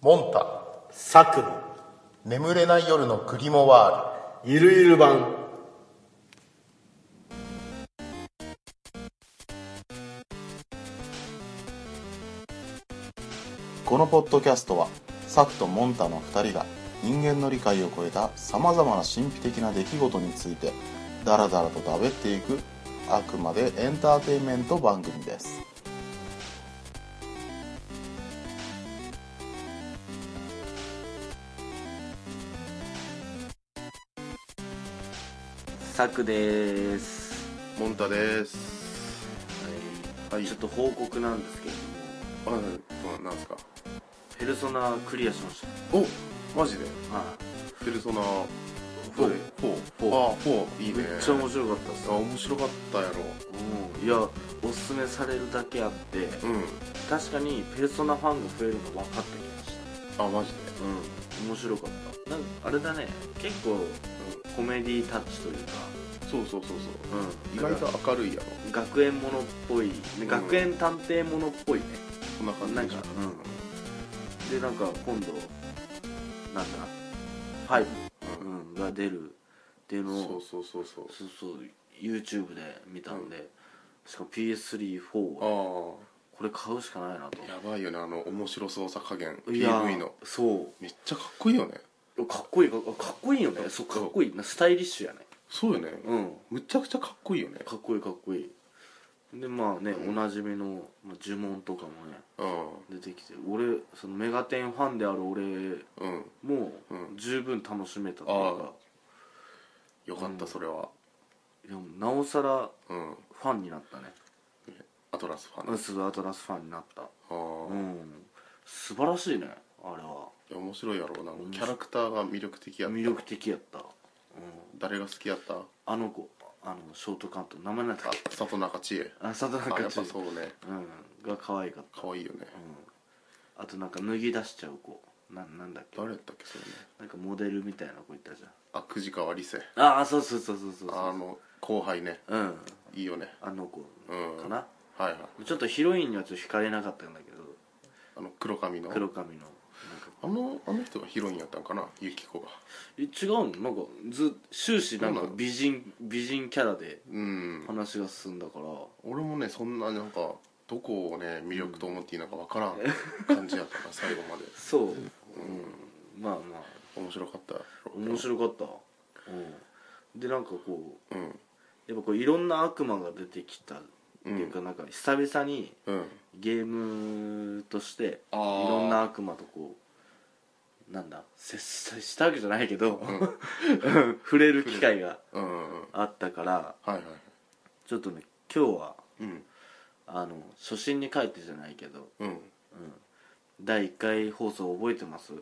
モンタ策の眠れない夜のクリモワゆるゆる版このポッドキャストはサクとモンタの2人が人間の理解を超えたさまざまな神秘的な出来事についてダラダラとだべっていくあくまでエンターテインメント番組ですサクです、モンタです。はいちょっと報告なんですけれどもあ、そうなんですか。ペルソナクリアしましお、マジで。たはペルソナ。い、はい、フォー。フォあ、フォー。いいね。めっちゃ面白かったっすあ、面白かったやろ。うんいやおすすめされるだけあってうん。確かにペルソナファンが増えるの分かってきましあ、マジたうん面白かったなんかあれだね結構、うんコメディタッチというか、で。そうそうそうそう。う意ん、外と明るいやろ。学園ものっぽい、ねん学園探偵ものっぽいねこんな感じなでんかでなんか今度なんだファイブ、うん、が出るっていうのをそうそうそうそう。そうそう YouTube で見たんで、しかも PS34 こあれ買うしかないなとあ、やばいよね。あの面白操作加減。いや PV の。そめっちゃかっこいいよね。うかっこいいかかっこいいよねそうかっこいいなスタイリッシュやねそうよね。うんむちゃくちゃかっこいいよね。かっこいいかっこいいでまあね、おなじみのまあ呪文とかもねう出てきて俺そのメガテンファンである俺ん。うん。もうん十分楽しめたというか、よかった、それは。いやもうなおさらうん。ファンになったねアトラスファン。うあんすぐアトラスファンになったあー。うん素晴らしいねあれはいや面白いやろうな白いキャラクターが魅力的やった魅力的やった、うん、誰が好きやったああの子あのショートカット名前なんだっけ里中千恵あ佐藤あや中っぱ千そうねうんが可愛かった、可愛いよねうん、あとなんか脱ぎ出しちゃう子ななんだっけ誰やったっけそれねなんかモデルみたいな子いたじゃんあ藤川理世ああそうそうそうそうそうそうあの後輩ねうんいいよねあの子うんかな、はいはいちょっとヒロインにはちょっと惹かれなかったんだけどあの黒髪の黒髪のなんかあのあの人がヒロインやったんかなユキコがえ違うのなんかず終始なんかそうなの美人美人キャラでうん話が進んだから、俺もねそんななんかどこをね魅力と思っていいのかわからん感じや ったから最後までそう、うんまあまあ面白かったやろ面白かった、うん、でなんかこうんうやっぱこういろんな悪魔が出てきたっていうか、なんか久々にうんゲームとしていあーろんな悪魔とこうなんだ接したわけじゃないけど、 触れる機会がうんうんあったからはいはいちょっとね今日はうんあの初心に帰ってじゃないけどうん第1回放送覚えてます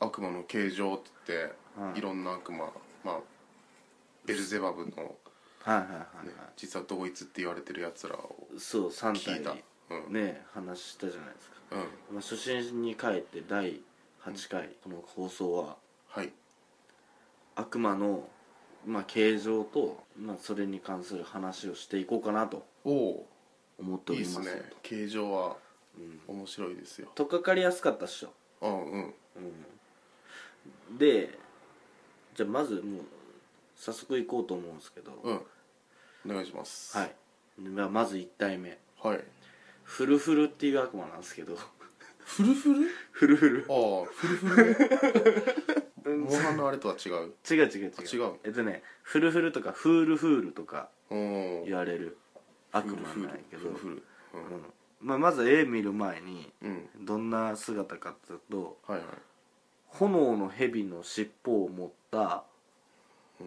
悪魔の形状って言って、うんいろんな悪魔、まあ、ベルゼバブの、ねはいはいはいはい、実は同一って言われてるやつらをそう3聞いた体うんね話したじゃないですかうんまあ初心に帰って第8回この放送ははい悪魔の、まあ、形状と、まあ、それに関する話をしていこうかなとおお思っていおいりっすますね形状は面白いですよ、とっかかりやすかったっしょ、うん、うんうん、でじゃあまずもう早速行こうと思うんですけど、うんお願いしますはいでまあまず1体目はいフルフルっていう悪魔なんですけど フルフルフルフルああフルフ ルモンハンのあれとは違う違う違う違うあ違うえっとねフルフルとかフールフールとかうん言われる悪魔なんやけフどルフルうんまあ、まず絵見る前にうん、うん、どんな姿かっていうとはいはい炎の蛇の尻尾を持った、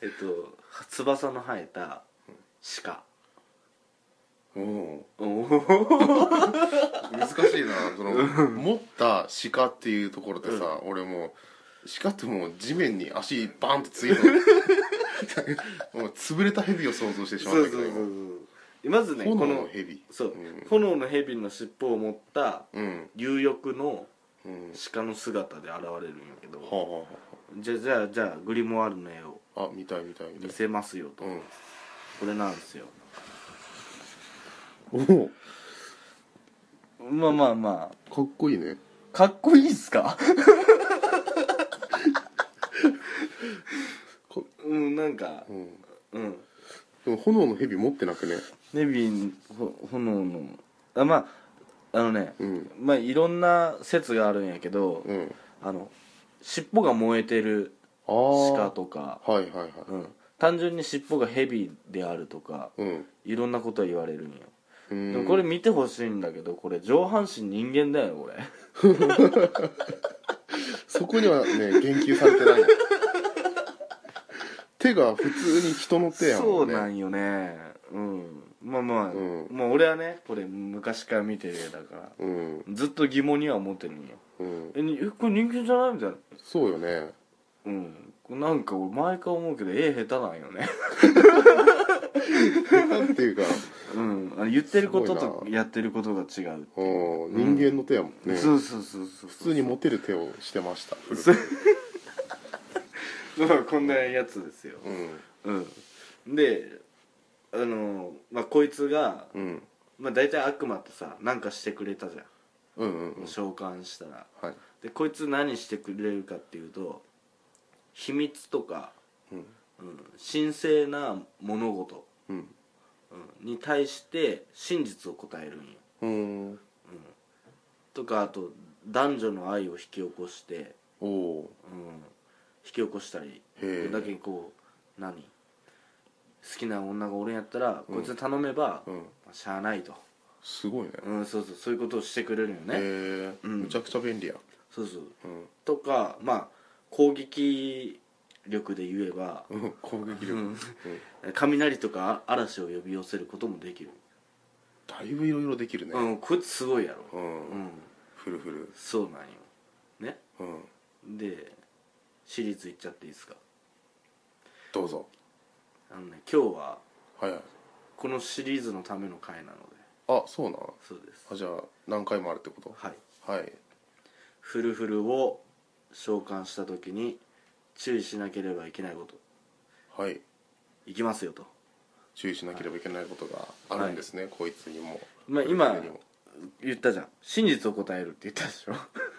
えっと翼の生えた鹿、おおお難しいな その持った鹿っていうところでさ、俺もう鹿ってもう地面に足バンってついて るもう潰れた蛇を想像してしそまうっそうたけそどう今そうまずねこ炎のの蛇そう、ん炎の蛇の尻尾を持ったうん有翼のうん鹿の姿で現れるんやけど、はあ、はじゃあじゃあじゃあグリモワールの絵をあはあ、あ見たい見たい見見たいせますよと、うんこれなんですよおおまあまあまあかっこいいねかっこいいっすか こうんなんかうんうんでも炎の蛇持ってなくねネビンほ炎のあまああのね、うんまあいろんな説があるんやけど、うんあの尻尾が燃えてるああ鹿とか、はいはいはいうん、単純に尻尾がヘビであるとかうんいろんなことは言われるんよ、うんでもこれ見てほしいんだけどこれ上半身人間だよこれそこには ね言及されてない手が普通に人の手やそもうんねなんよねうんまあまあ、うんまあ俺はねこれ昔から見てる絵だからうんずっと疑問には思ってるんようんえにえこれ人間じゃないみたいなそうよねうんこれなんか俺毎回思うけど絵下手なんよねなんていうかうんあの言ってることすごといなやってることが違うっうていう人ん間の手やもんねそ普うそうそうそう通に持てる手をしてましたそう こんなやつですようんうんであのまあこいつが、うんまあ、大体悪魔ってさなんかしてくれたじゃん、うんうんうん召喚したらはいでこいつ何してくれるかっていうと秘密とか、うんうん、神聖な物事、うんうん、に対して真実を答えるんようんとかあと男女の愛を引き起こして、おおうん、引き起こしたりへえだけこう何好きな女がおるんやったら、こいつに頼めば、うんしゃあないと、すごいねうん、そうそうそういうことをしてくれるよね、へえんむちゃくちゃ便利やそうそううんとかまあ攻撃力で言えば、うん攻撃力うん雷とか嵐を呼び寄せることもできる、だいぶいろいろできるうねんこいつすごいやろううんんフルフルそうなんよねうんでシリーズいっちゃっていいですかどうぞあのね今日ははいはいこのシリーズのための回なのであそうなんそうですあじゃあ何回もあるってことはいはいフルフルを召喚した時に注意しなければいけないことはいいきますよと注意しなければいけないことがあるんですねこいつにもまあ今こいつにも言ったじゃん真実を答えるって言ったでしょ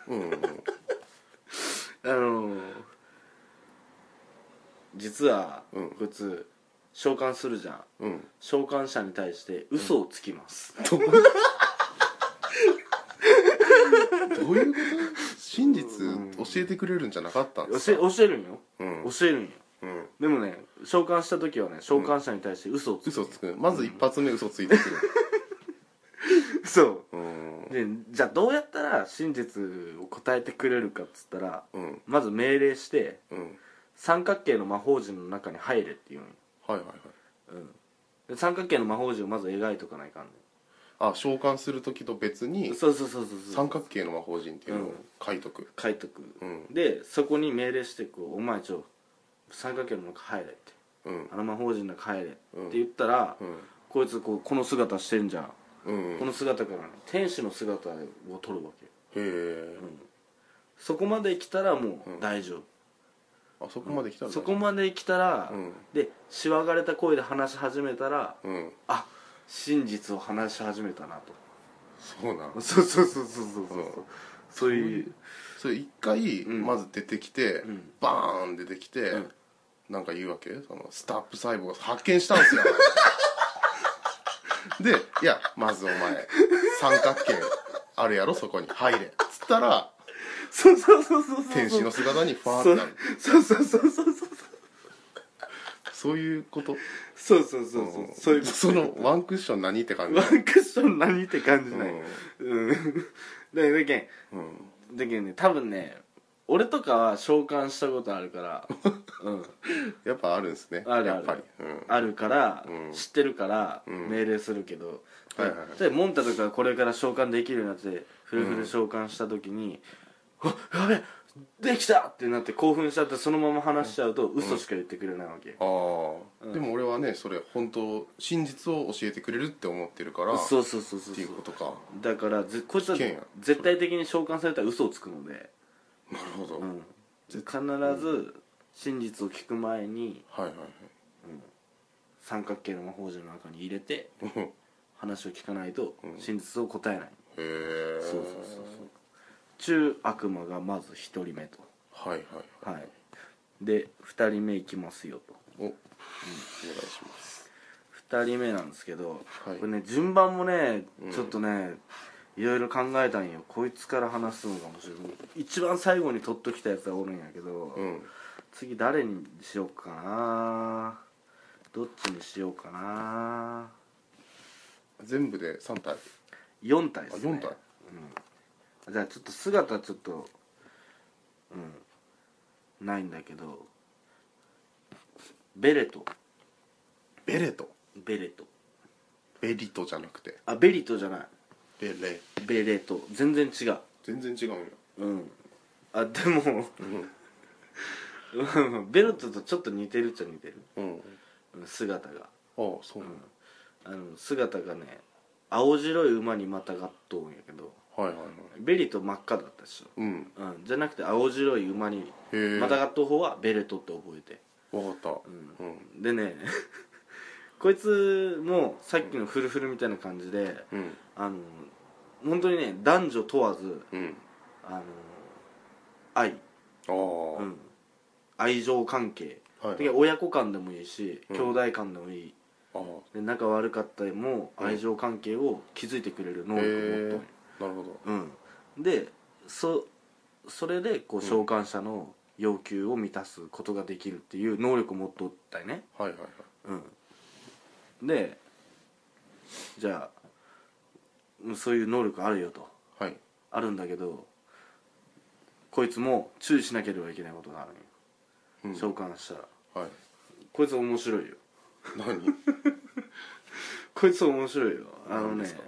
うんうんうんあのー、実は、うんこいつ召喚するじゃんうん召喚者に対して嘘をつきます、 どういうこと真実教えてくれるんじゃなかったんです教えか教えるんよ、うん教えるんようんでもね召喚した時はね召喚者に対して嘘をつく、嘘つくまず一発目嘘ついて くるそううん でじゃあどうやったら真実を答えてくれるかっつったら、うんまず命令してうん三角形の魔法陣の中に入れって言うんよはいはいはいで三角形の魔法陣をまず描いとかないかんねあ召喚する時と別にんそうそうそうそうそう三角形の魔法陣っていうのを書いとく書いとく、うんでそこに命令してこう「お前ちょ三角形の中入れ」ってうん「あの魔法陣の中入れ」ってうん言ったら、うんこいつこうこの姿してんじゃん、うんこへの姿からね天使の姿を取るわけえそこまで来たらもう大丈夫、あそこまで来たんだそこまで来たら、うんでしわがれた声で話し始めたら、うんあ真実を話し始めたなとそうなの そうそうそうそうそうそう、うんそういうそれ一回んまず出てきて、んバーン出てきて、うんなんか言うわけそのスタップ細胞を発見したん ですよで「いやまずお前三角形あるやろそこに入れ」つったらそうそうそうそうそう天使の姿にファーってなるそうそうそうそうそうそうそういうことそうそうそうそうそういうことそのワンクッション何って感じワンクッション何って感じないうんだだけうんんだけんね多分ね俺とかは召喚したことあるからうんやっぱあるんですねあるあやっぱるり、うん、あるから、うん知ってるからん命令するけど、はいはいはいでモンタとかこれから召喚できるようになってフルフル召喚した時に「うわやべえできた!」ってなって興奮しちゃってそのまま話しちゃうと嘘しか言ってくれないわけ、ああ、でも俺はねそれ本当真実を教えてくれるって思ってるからそううそうそうそうっていうそことかだからぜこいつは危険や絶対的に召喚されたら嘘をつくので、なるほど、うはいん、必ず真実を聞く前にはいはい三角形の魔法陣の中に入れてうん話を聞かないと真実を答えない、へえそうそうそうそう中悪魔がまず1人目とはいはいはいで2人目いきますよとお、うん、お願いします2人目なんですけど、はいこれね順番もねうんちょっとね、いろいろ考えたんよこいつから話すのかもしれない一番最後に取っときたやつがおるんやけど、うん次誰にしようかなどっちにしようかな全部で3体あ4体ですね4体じゃあちょっと姿ちょっとうんないんだけどベレトベレトベレトベリトじゃなくてあベリトじゃないベレベレト全然違う全然違うんやうんあでもうんうんベルトとちょっと似てるっちゃ似てるうんうん姿がああそうなんやあの姿がね青白い馬にまたがっとうんやけどはいはいはいベリと真っ赤だったでしょうんうん、じゃなくて青白い馬にへえまたがっとう方はベレトって覚えてわかったんうんでね こいつもさっきのフルフルみたいな感じでうんあの本当にね男女問わずうんあの愛、ああうん、愛情関係、はいで親子間でもいいし、うん兄弟間でもいいああで仲悪かったりもうん愛情関係を築いてくれる能へ力えを持っなるほどとんよ、うん、でそそれでこう召喚者の要求を満たすことができるっていう能力を持っとったよね、はいはいはいうん、でじゃあうんそういう能力あるよとはいあるんだけどこいつも注意しなければいけないことがあるうんんよ召喚したらはいこいつ面白いよ何こいつ面白いよあの何ねですか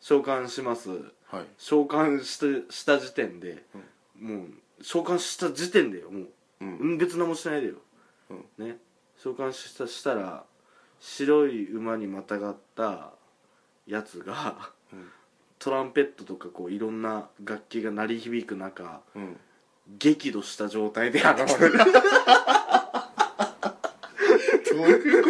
召喚しますはい召喚してした時点で、もう召喚した時点でよもう、うんうん別何もしないでよ、ね召喚したしたら白い馬にまたがったやつが、トランペットとかこういろんな楽器が鳴り響く中うん激怒した状態で現れるどういう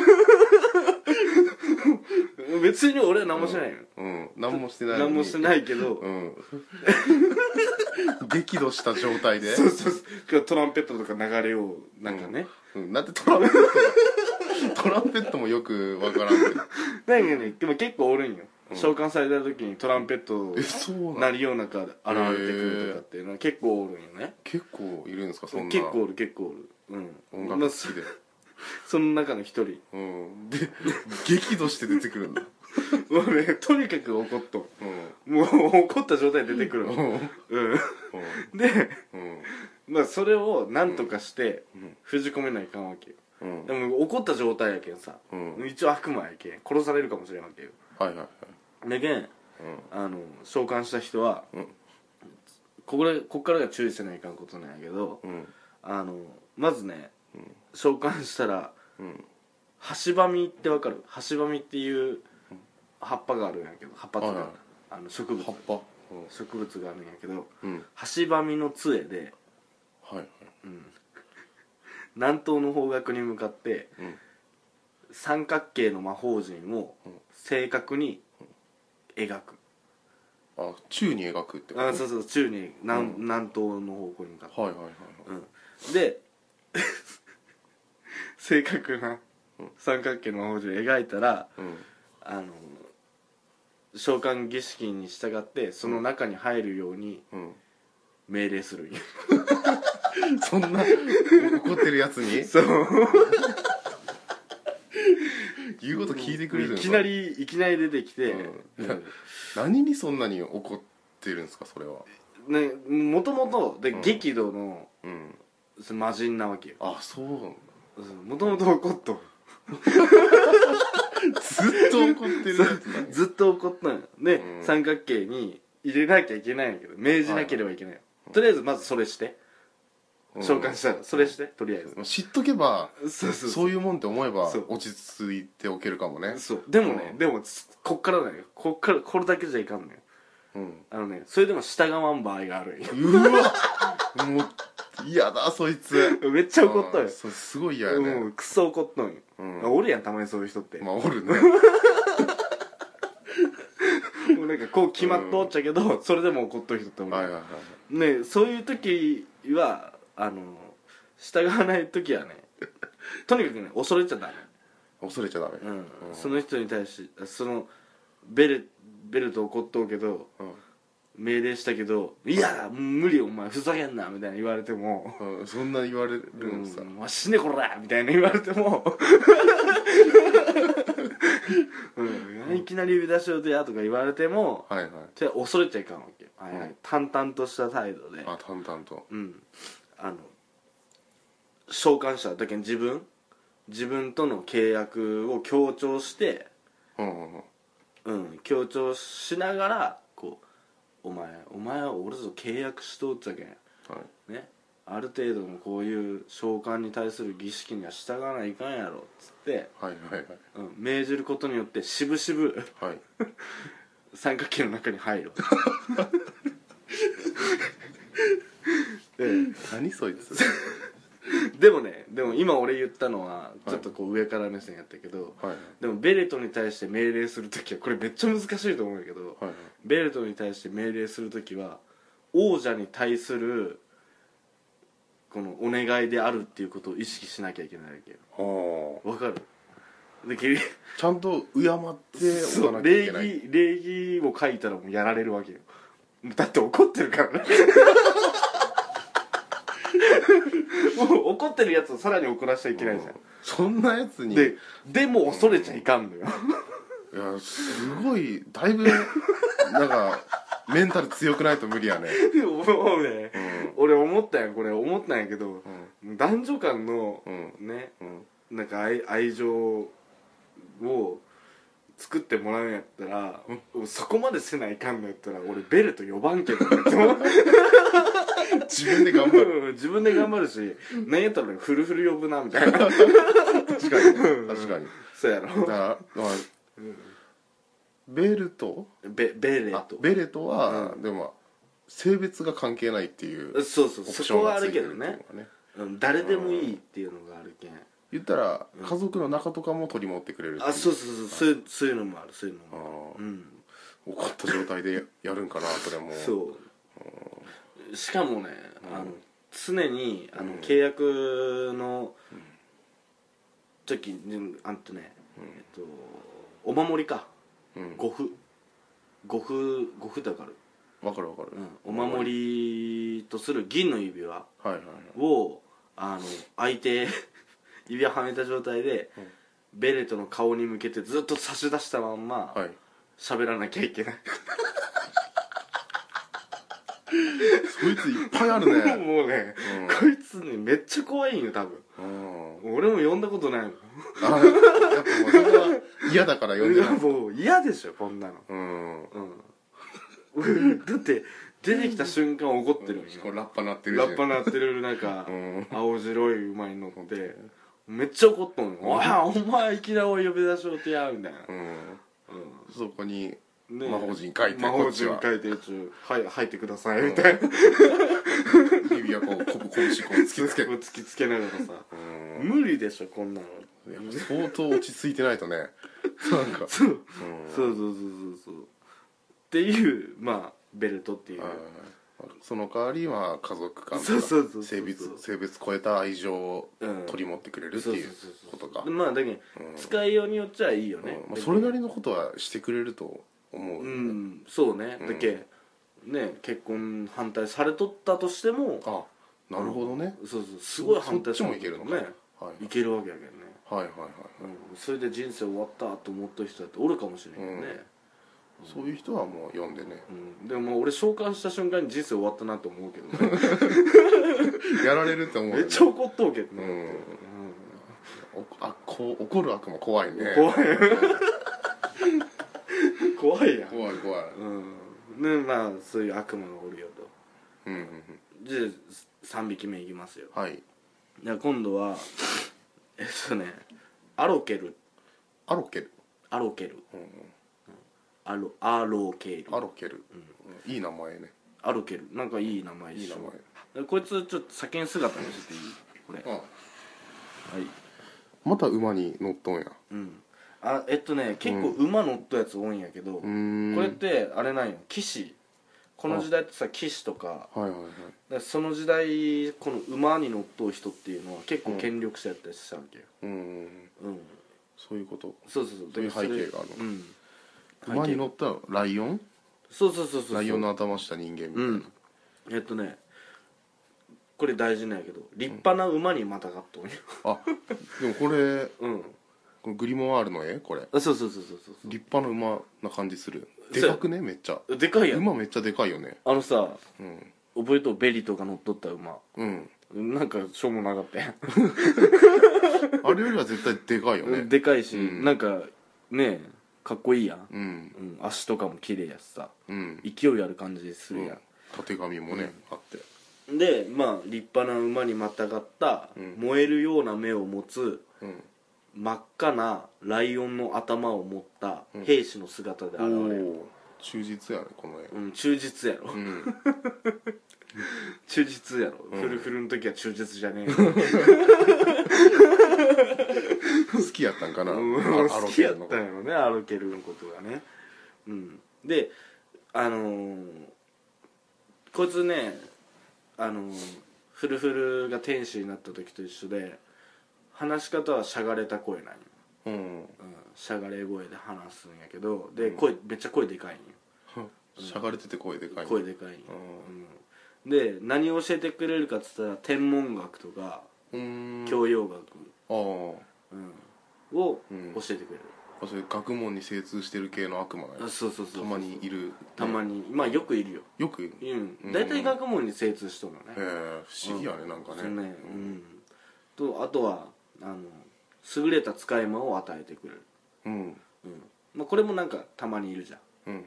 別に俺は何もしないよ、うん何もしてないのに何もしないけど、うん 激怒した状態でそうそうそうトランペットとか流れをなんかね、うんなんでトランペッ トトランペットもよくわからんけどなんかね、でも結構おるんよ、召喚された時にトランペットえそうな鳴んりようなか現れてくるとかっていうのは結構おるんよね結構いるんですかそんな結構おる結構おるうん音まあ楽そ好きでその中の一 人うんで激怒して出てくるんだもうねとにかく怒っとうんんもう怒った状態で出てくるうのんうんでうんまあそれをなんとかしてん封じ込めないかんわけようんでも怒った状態やけんさうん一応悪魔やけん殺されるかもしれんわけよはいはいはいだけんうんあの召喚した人はうんここでこっからが注意せないかんことなんやけどうんあのまずね召喚したらうんハばみってわかるハばみっていう葉っぱがあるんやけど葉っぱとはいかはいあの植物葉っぱうん植物があるんやけどうんハばみの杖ではいはい南東の方角に向かってうん三角形の魔法陣を正確に描くあ宙に描くってことあそうそう宙に南,、南東の方向に向かってはいはいはいはいで 正確な三角形の魔法陣を描いたらうんあの召喚儀式に従ってその中に入るようにうん命令するんよ、そんな 怒ってるやつにそう言うこと聞いてくれるのいきなりいきなり出てきて、うん何にそんなに怒ってるんですかそれはねもともとで、激怒のうんその魔人なわけよあそうなんだもともと怒っとずっと怒ってるやつだねずっと怒ったのよで、うん三角形に入れなきゃいけないんやけど命じなければいけない、とりあえずまずそれして、召喚したらそれしてとりあえず、知っとけばそうそうそういうもんって思えばそう落ち着いておけるかもねそうでもね、うんでもつこっからだよこっからこれだけじゃいかんのようんあのねそれでも従わん場合があるんよ うわもう嫌だそいつめっちゃ怒ったようん、そうすごい嫌やもうねクソ怒ったんよ、うんおるやんたまにそういう人って、まあおるねもうねなんかこう決まっとっちゃけど、それでも怒っとる人っておる、はいはいはいねそういう時はあの従わない時 はねとにかくね恐れちゃダメ恐れちゃダメうん、その人に対しそのベルベルト怒っとうけど命令したけど「いや無理お前ふざけんな」みたいな言われてもうんうんそんな言われる「のさうん、わ死ねこら!」みたいな言われ ても「うん、いきなり呼び出しようとや」とか言われてもはいはいそれは恐れちゃいかんわけよ、はいはいうん淡々とした態度であ淡々とうんあの召喚者だけに自分自分との契約を強調してうんうんうんうん強調しながらこう「お前お前は俺と契約しとったけんはいねある程度のこういう召喚に対する儀式には従わないかんやろ」っつって、はいはいはいうん、命じることによってしぶしぶ はい三角形の中に入ろうええ何そいつでもねでも今俺言ったのはちょっとこう上から目線やったけど、はいでもベレトに対して命令する時はこれめっちゃ難しいと思うんやけど、はいはいベレトに対して命令する時は王者に対するこのお願いであるっていうことを意識しなきゃいけないわけよはあわかるできちゃんと敬っておかそうなきゃい礼けない儀礼儀を書いたらもうやられるわけよだって怒ってる からねもう怒ってるやつをさらに怒らせちゃいけないじゃんそんなやつにででも恐れちゃいかんのよいやすごいだいぶなんか メンタル強くないと無理やねもうね、俺思ったよこれ思ったんやけど、男女間の、うねうんなんか愛愛情を作ってもらうんやったら、そこまでせないかんのやったら俺ベルト呼ばんけどねって思う自分で頑張る自分で頑張るし何やったら俺フルフル呼ぶなみた いな確かにね確かにそうやだろから、まあベルトベベレあトベレトは、でも性別が関係ないっていうそうそうオプそションこはがあつるいてけるっどていうのがねねうん誰でもいいっていうのがあるけん言ったら家族の中とかも取り持ってくれるっていあそうそうそうそういうそういうのもあるそういうのあもあーるうん怒った状態でやるんかなそれもそうしかもね、あの常にあの契約の時にあんとね、えっと、お守りか、うん護符護符護符だから、わかるわかる、お守りとする銀の指輪はいはいはいをあの相手 指輪はめた状態で、ベレットの顔に向けてずっと差し出したまんまはい喋、らなきゃいけないそいついっぱいあるね もうね、こいつねめっちゃ怖いんよ多分うん俺も呼んだことないのあやっぱもうそれは嫌だから呼んいでやない もう嫌でしょこんなのうんうん だって出てきた瞬間怒ってるもんこうラッパなってるしラッパなってるなんかん青白い馬に乗ってめっちゃ怒っとんのおいお前いきなり呼び出しようてやみたいなうんそこにねえ魔法陣書いて魔こ法っち陣は書いて一応はい入ってくださいみたいな指輪こうこぶこぶしこう突きつけこうて突きつけながらさ無理でしょこんなのやっぱ相当落ち着いてないとねなんかそうそうそうそうそうそうっていうまあベルトっていううんその代わりは家族間とそうそうそうそかう性別性別超えた愛情をうん取り持ってくれるってそういそううそうそうことか、まあだけど使いようによっちゃいいよねうんまあ、それなりのことはしてくれると思う、うんそうねだけね結婚反対されとったとしてもあなるほどね、そうそうすごい反対そさっちもれいけとるっのたかねはいいけるわけやけどねはいはいはい、うんそれで人生終わったと思った人だっておるかもしれんよねそういう人はもう読んでねうんでもまあ俺召喚した瞬間に人生終わったなと思う けどねやられると思うよめねっちゃ怒っとうけどうねんおあこう怒る悪魔怖いね怖い怖いやん怖い怖いうんねまあそういう悪魔がおるよとうんうんうんじゃあ3匹目いきますよはいじゃあ今度はえっとねアロケルアロケルアロケル、アロアロケルアロケル、いい名前ねアロケルなんかいい名前でしょいい名でこいつちょっと先に姿見せていいこれはいまた馬に乗っとんやうんあえっとね結構馬乗ったやつ多いんやけど、うーんこれってあれなんよ騎士この時代ってさ騎士とかはいはいはいだからその時代この馬に乗っとう人っていうのは結構権力者やったりしたわけよ、うんうんうんうん、そういうことそうそうそうそういう背景があるのうん、馬に乗ったらライオンそうそうそうそうライオンの頭した人間みたいな、うんえっとねこれ大事なんやけど立派な馬にまたがっとんよあでもこれうんこのグリモワールの絵これあそうそうそうそうそう立派な馬な感じするそうでかくねめっちゃでかいやん馬めっちゃでかいよねあのさうん覚えとうベリーとか乗っとった馬うんなんかしょうもなかったやんあれよりは絶対でかいよねでかいし、うんなんかねえかっこいいやん、うんうん、足とかも綺麗やしさうん勢いある感じすうるやん縦紙もね、あってん、でまあ立派な馬にまたがった、うん燃えるような目を持つうん真っ赤なライオンの頭を持った兵士の姿で現れる、おー忠実やねこの 絵うん、忠実やろ、うん 忠実やろ、んフルフルの時は忠実じゃねえよ好きやったんかな、うんあ好きやっアロたケんのやろねアロケルのことがねうんであのー、こいつねあのー、フルフルが天使になった時と一緒で話し方はしゃがれた声なんよ、うんうん、しゃがれ声で話すんやけどで声めっちゃ声でかいんよしゃがれてて声でかいね声でかいんよ、うんうん、で何を教えてくれるかっつったら天文学とかうーん教養学、ああうん、をうん教えてくれる、あそれ学問に精通してる系の悪魔なんやあそうそうそうたまにいるたまにまあよくいるよよくへううんん大体学問に精通しとるのねえ不思議やね、なんかそねうねうんとあとはあの優れた使い魔を与えてくれる、うんうんまあ、これもなんかたまにいるじゃんうん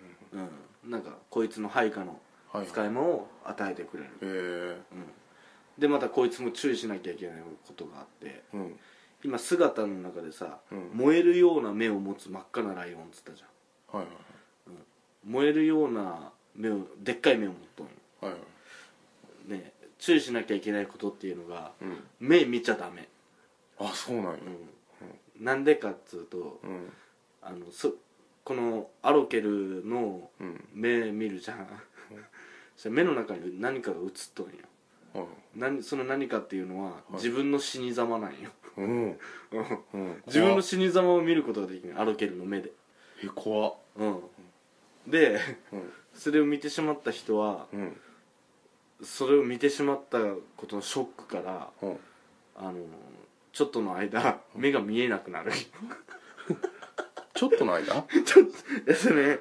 うん、なんかこいつの配下のはいはい使い魔を与えてくれる、へえでまたこいつも注意しなきゃいけないことがあってうん今姿の中でさ、うん燃えるような目を持つ真っ赤なライオンっつったじゃんはい燃えるような目をでっかい目を持っとんよはいはいはいね注意しなきゃいけないことっていうのが、うん目見ちゃダメ、あそうなんやうん、なんでかっつうと、うんあのそこのアロケルのうん目見るじゃん、そしたら目の中に何かが映っとんよはい何その何かっていうのは、自分の死に様なんようんうん 自分の怖っ死に様を見ることができないアロケルの目でえ怖っうんでうんそれを見てしまった人はうんそれを見てしまったことのショックからうんあのちょっとの間目が見えなくなるちょっとの間ですね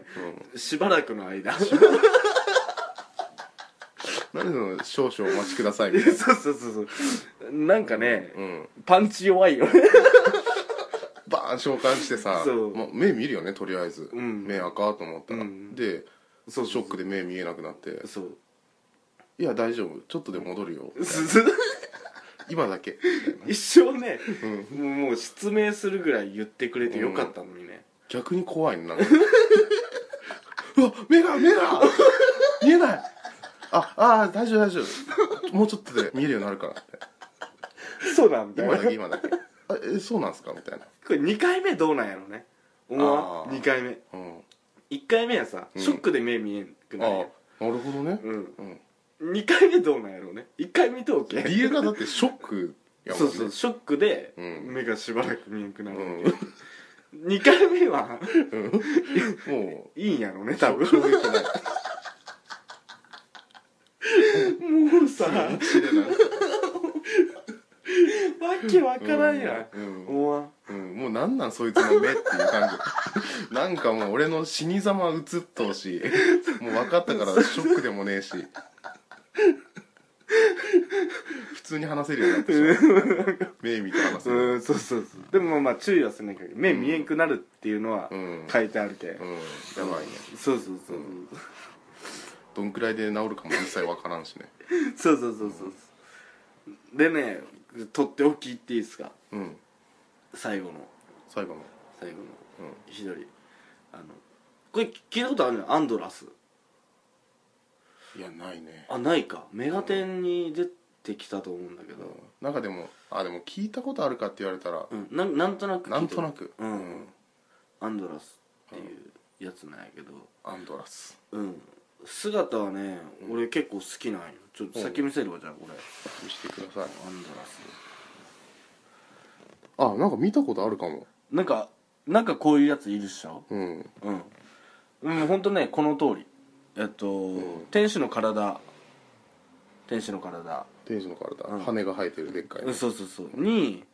うんしばらくの間何その少々お待ちくださいみたいなそうそうそうそうなんかね、うんパンチ弱いよねバーン召喚してさそうま目見るよねとりあえずん目赤と思ったらうんでシそうそうョそうックで目見えなくなってそういや大丈夫ちょっとで戻るよ今だけ一生ね、もうもう失明するぐらい言ってくれてよかったのにね、逆に怖いね なんかうわ目が目が見えないああー大丈夫大丈夫もうちょっとで見えるようになるからってそうなんだよ今だけ今だけあえそうなんすかみたいなこれ2回目どうなんやろね思わあんー2回目うんあ1回目はさ、ショックで目見えんくあなるやんなるほどねうんうん2回目どうなんやろうね1回見ておけ理由がだってショックやもんそうねそうショックでうん目がしばらく見えんくなる、うん2回目はもいいんやろうねう多分衝撃ないもうさわ知れないけわからんやうんん思わんうん、もうなんなんそいつの目っていう感じ なんかもう俺の死にざま映っとうしもう分かったからショックでもねえし普通に話せるようになってしまう目見て話せるうんそうそうそうでもまあ注意はするんだけど目見えんくなるっていうのはうん書いてあるけ、うんやばいねそうそうそう、どんくらいで治るかも一切分からんしねそうそうそうそうでねとっておき言っていいですかうん最後の最後の最後のうん一人あのこれ聞いたことあるのアンドラスいやないねあないかメガテンに出てきたと思うんだけうどん、なんかでもあでも聞いたことあるかって言われたらうん、なんなんとなく聞いたなんとなくうん、うんアンドラスっていうやつなんやけどアンドラスうん姿はね俺結構好きなんよちょっと先見せるわじゃあこれ見してくださいアンドラスあなんか見たことあるかもなんかなんかこういうやついるっしょうんうんうんほんとねこの通りえっと、天使の体天使の体天使の体、うん羽が生えてるでっかいの、うんそうそうそうに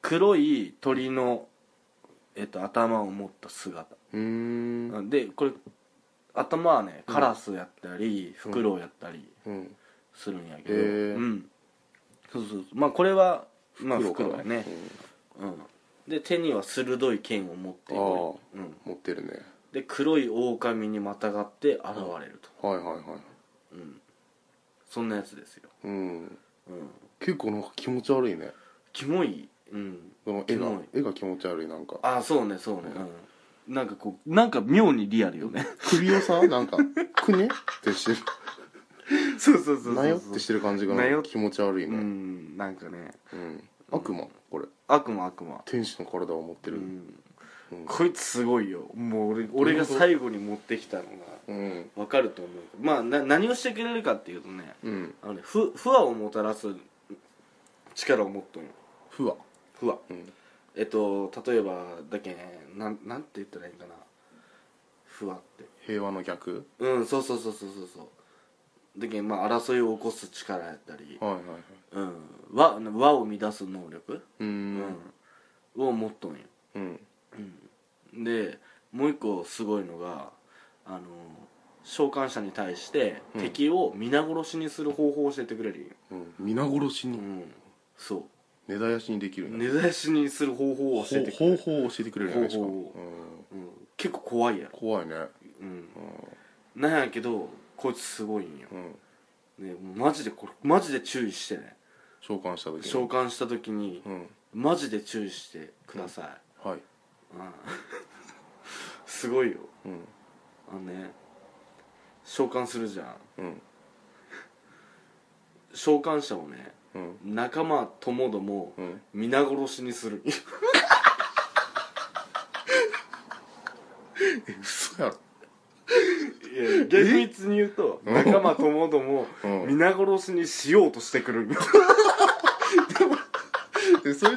黒い鳥の、えっと、頭を持った姿、うーんうんでこれ頭はねカラスやったり、フクロウやったりうんするんやけど、へーうんそうそうそうまあこれはまあフクロウやかね、うんで手には鋭い剣を持っていある、うん、持ってるねで黒い狼にまたがって現れると、はいはいはいそんなやつですよ、うんうん、結構なんか気持ち悪いねキモい、うん、その絵がキモい絵が気持ち悪いなんかああそうねそうね、うん、なんかこうなんか妙にリアルよね首を さなんかくねってしてるそうそうそうそうなよってしてる感じがなよっ気持ち悪いうねんなんかねうん、悪魔これ悪魔悪魔天使の体を持ってるうんこいつすごいよもう俺俺が最後に持ってきたのがうんわかると思うまあな何をしてくれるかっていうとねうんあのね不不和をもたらす力を持っとんよふわ不和うんえっと例えばだけねなんなんて言ったらいいんかな不和って平和の逆うんそうそうそうそうそうそうだけどまあ争いを起こす力やったり、はいはいはいうん、和和を乱す能力、うーうんんを持っとんようんでもう一個すごいのがあの召喚者に対して敵を皆殺しにする方法を教えてくれるんよ、うん皆殺しうにん、そ根絶やしにできるうんだ根絶やしにする方法を教えてくれほる方、法を教えてくれるんやねしかも方法うんうん、結構怖いやろ、怖いねうん、うなんやけどこいつすごいんよ、んうんね、マジでこれマジで注意してね召喚した時に召喚した時に、うんマジで注意してください、はいうんすごいようんあのね召喚するじゃんうん召喚者をねうん仲間ともどもうん皆殺しにする嘘やろいや厳密に言うと仲間ともどもうん皆殺しにしようとしてくるでそれっ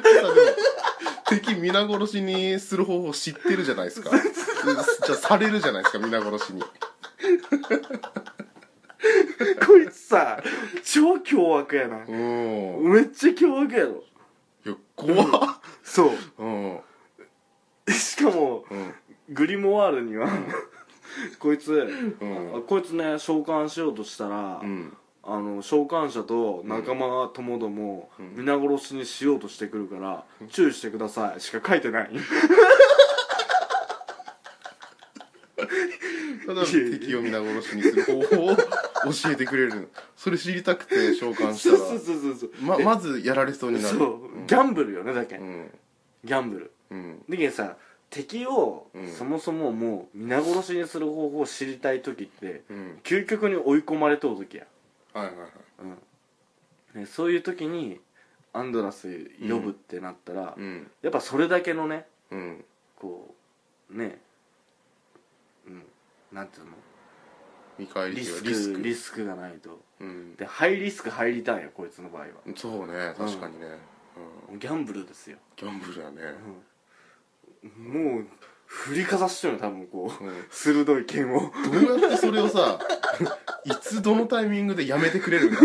てさでも敵皆殺しにする方法知ってるじゃないです かじゃあされるじゃないですか皆殺しに こいつさ超凶悪やなうんいめっちゃ凶悪やろや怖っそうんうしかもうんグリモワールにはこいつ、んあこいつね召喚しようとしたら、うんあの召喚者と仲間ともども皆殺しにしようとしてくるから注意してくださいしか書いてないただ敵を皆殺しにする方法を教えてくれるそれ知りたくて召喚しそうそたうそうそうそうらままずやられそうになるそうギャンブルよねだけ、うんギャンブルうんだけどさ敵をうんそもそももう皆殺しにする方法を知りたい時ってうん究極に追い込まれとう時や、はいはいはいね、そういう時にアンドラス呼ぶってなったら、うんやっぱそれだけのねうんこうねうんなんていうの見返りリというスかクリスクがないとうんでハイリスクハイリターンよこいつの場合はそうね確かにねうんギャンブルですよギャンブルやねもう振りかざしてるの多分こう、うん鋭い剣をどうやってそれをさいつどのタイミングでやめてくれ るんだ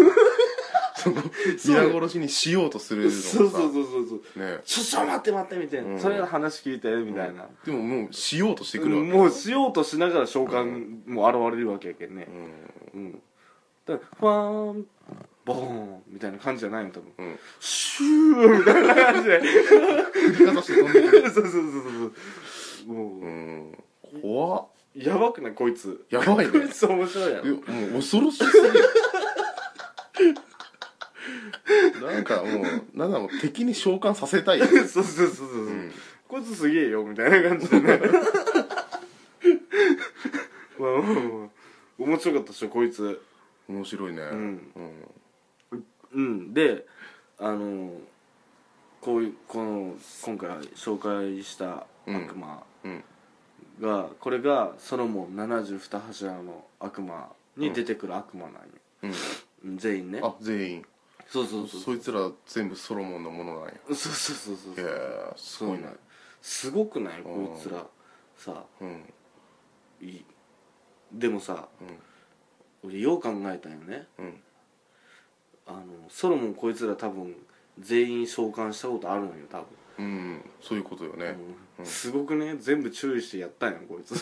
その皆殺しにしようとするのをさそうそうそうそうそうねちょちょ待って待ってみたいな、うんそれの話聞いてみたいな、でももうしようとしてくるわけもうしようとしながら召喚も現れるわけやけんねうん、だからファーンボーンみたいな感じじゃないの多分、うんシューみたいな感じで振りかざして飛んでくるそうそうそうそうそうもう、うん怖っやばくないこいつやばいね こいつ面白いやえろもう恐ろしすぎるなんかもうなんだろう敵に召喚させたいよねそうそうそうそう、うんこいつすげえよみたいな感じで ねまあまあまあまあ面白かったっしょこいつ面白いねうんうんうんであのこういうこの今回紹介した悪魔うんがこれがソロモン72柱の悪魔に出てくる悪魔なんよ、うんうん全員ねあ全員そうそうそうそいつら全部ソロモンのものなんやそうそうそうそうへえすすごごいいねなすごくなういんこいつらさうんいいでもさうん俺よう考えたんよねうんあのソロモンこいつら多分全員召喚したことあるのよ多分うんそういうことよねうんすごくね全部注意してやったんやこいつ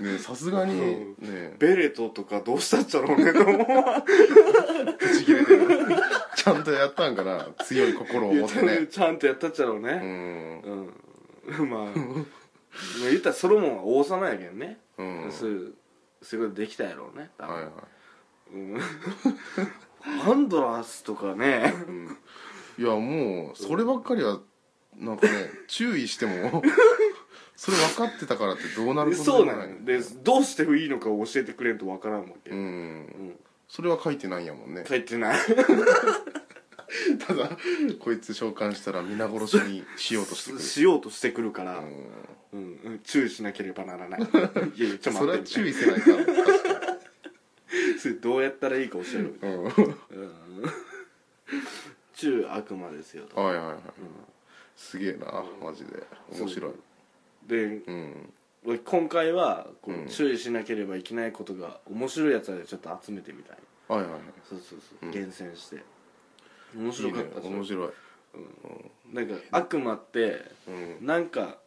ねさすがにねベレトとかどうしたっちゃろうねと思うぶち切れてる ちゃんとやったんかな強い心を持ってねちゃんとやったっちゃろううねんうん、 まあまあ言ったらソロモンは王様やけんね、うんそういうそういうことできたやろうね多分はいはうん、ハンドラースとかねい、うん、いやもうそればっかりはなんかね注意してもそれ分かってたからってどうなることそうもなんよでどうしていいのかを教えてくれんとわからんわけ、うん、んそれは書いてないんやもんね書いてないただこいつ召喚したら皆殺しにしようとしてくるしようとしてくるから、ううんんうん注意しなければな らないいやいやちょっそとれは待って注意せないかんそれどうやったらいいか教えるうんはい中悪魔ですよとはいはいすげえなマジで面白いでうん俺今回はこうんう注意しなければいけないことが面白いやつはちょっと集めてみたいはいはいはいそうそうそうう、ん厳選して面い白いかっねた面白いなんか悪魔ってうんなんか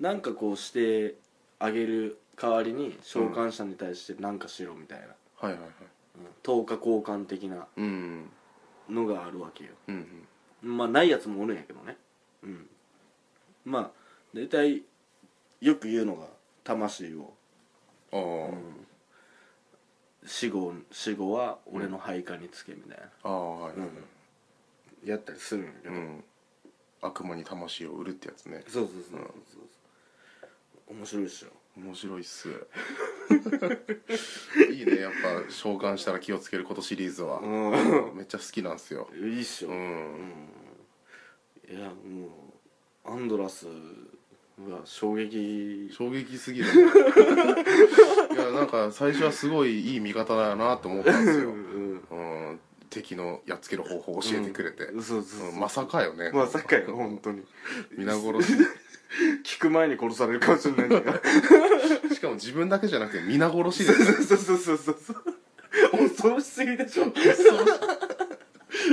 なんかこうしてあげる代わりに召喚者に対してなんかしろみたいな、はいはいはいうん、10日交換的なうんのがあるわけようんまあないやつもおるんやけどねうんまあ大体よく言うのが魂をああ死後死後は俺の配下につけみたいな、ああはいはいやったりするんやけうど、ん悪魔に魂を売るってやつねそうそうそうそうそうそう面白いっしょ面白いっす いいねやっぱ召喚したら気をつけることシリーズはめっちゃ好きなんすよいいっしょ、ういんやもうアンドラスが衝撃衝撃すぎるいやなんか最初はすごいいい味方だなと思ったんですよ、うん、敵のやっつける方法を教えてくれて、そうそうそううんまさかよねまさかよ本当 に皆殺し聞く前に殺されるかもしれないからしかも自分だけじゃなくて皆殺しですそうそうそうそうそう恐ろしすぎでしょ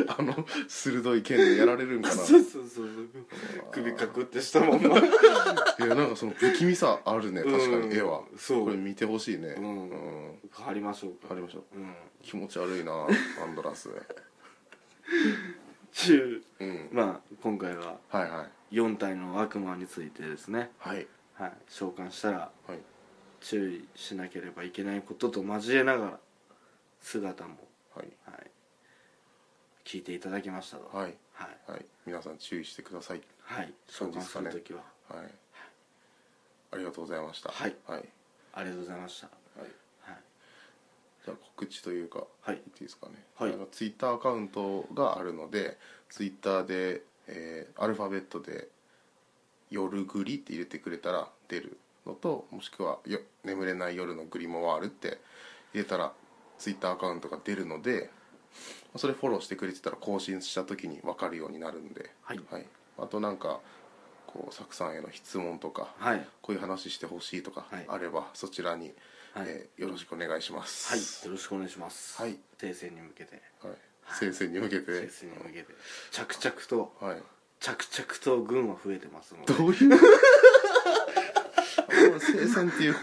あの鋭い剣でやられるんかなそうそうそうそう首かくってしたまんまいやなんかその不気味さあるね確かうんに絵はそうこれ見てほしいねうん貼りましょうかありましょううん気持ち悪いなアンドラス中うんまあ今回ははいはい4体の悪魔についてですね、はいはい、召喚したらはい注意しなければいけないことと交えながら姿も、はいはい、聞いていただきましたとはいはい、はい皆さん注意してくださいはい、召そうで喚すすかねる時は、はい。ありがとうございました。はいはい。ありがとうございましたはいじゃあ告知というか、はい言っていいですかね。はいあのツイッターアカウントがあるので、ツイッターで、えーアルファベットで夜グリって入れてくれたら出るのと、もしくはよ眠れない夜のグリモワールって入れたらツイッターアカウントが出るので、それフォローしてくれてたら更新した時に分かるようになるんで、はいあとなんかこうサクさんへの質問とか、はいこういう話してほしいとかはいあれば、そちらに、はいえーよろしくお願いしまはいす。よろしくお願いしますはい訂正に向けてはい。先生に向けて。訂正に向けて着々とはい。着々と軍は増えてますのでどう いう俺聖戦っていう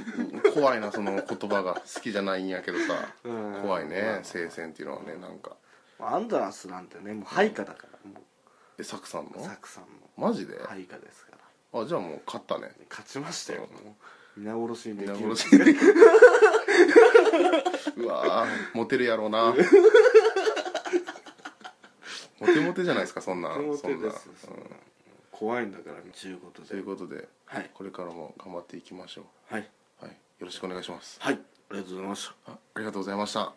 怖いなその言葉が好きじゃないんやけどさうん怖いね聖戦っていうのはねなんかアンドラスなんてねもう配下だからもえサクさんのうサクさんのマジで、配下ですからあじゃあもう勝ったね勝ちましたよもう皆殺しにで皆きる殺し うわーモテるやろう なモテモテじゃないですかそんなんモそテんなんですそんな怖いんだからということといでうことで、はいこれからも頑張っていきましょ、はいはいうはい、よろしくお願いしますありがとうございましたあありがとうございました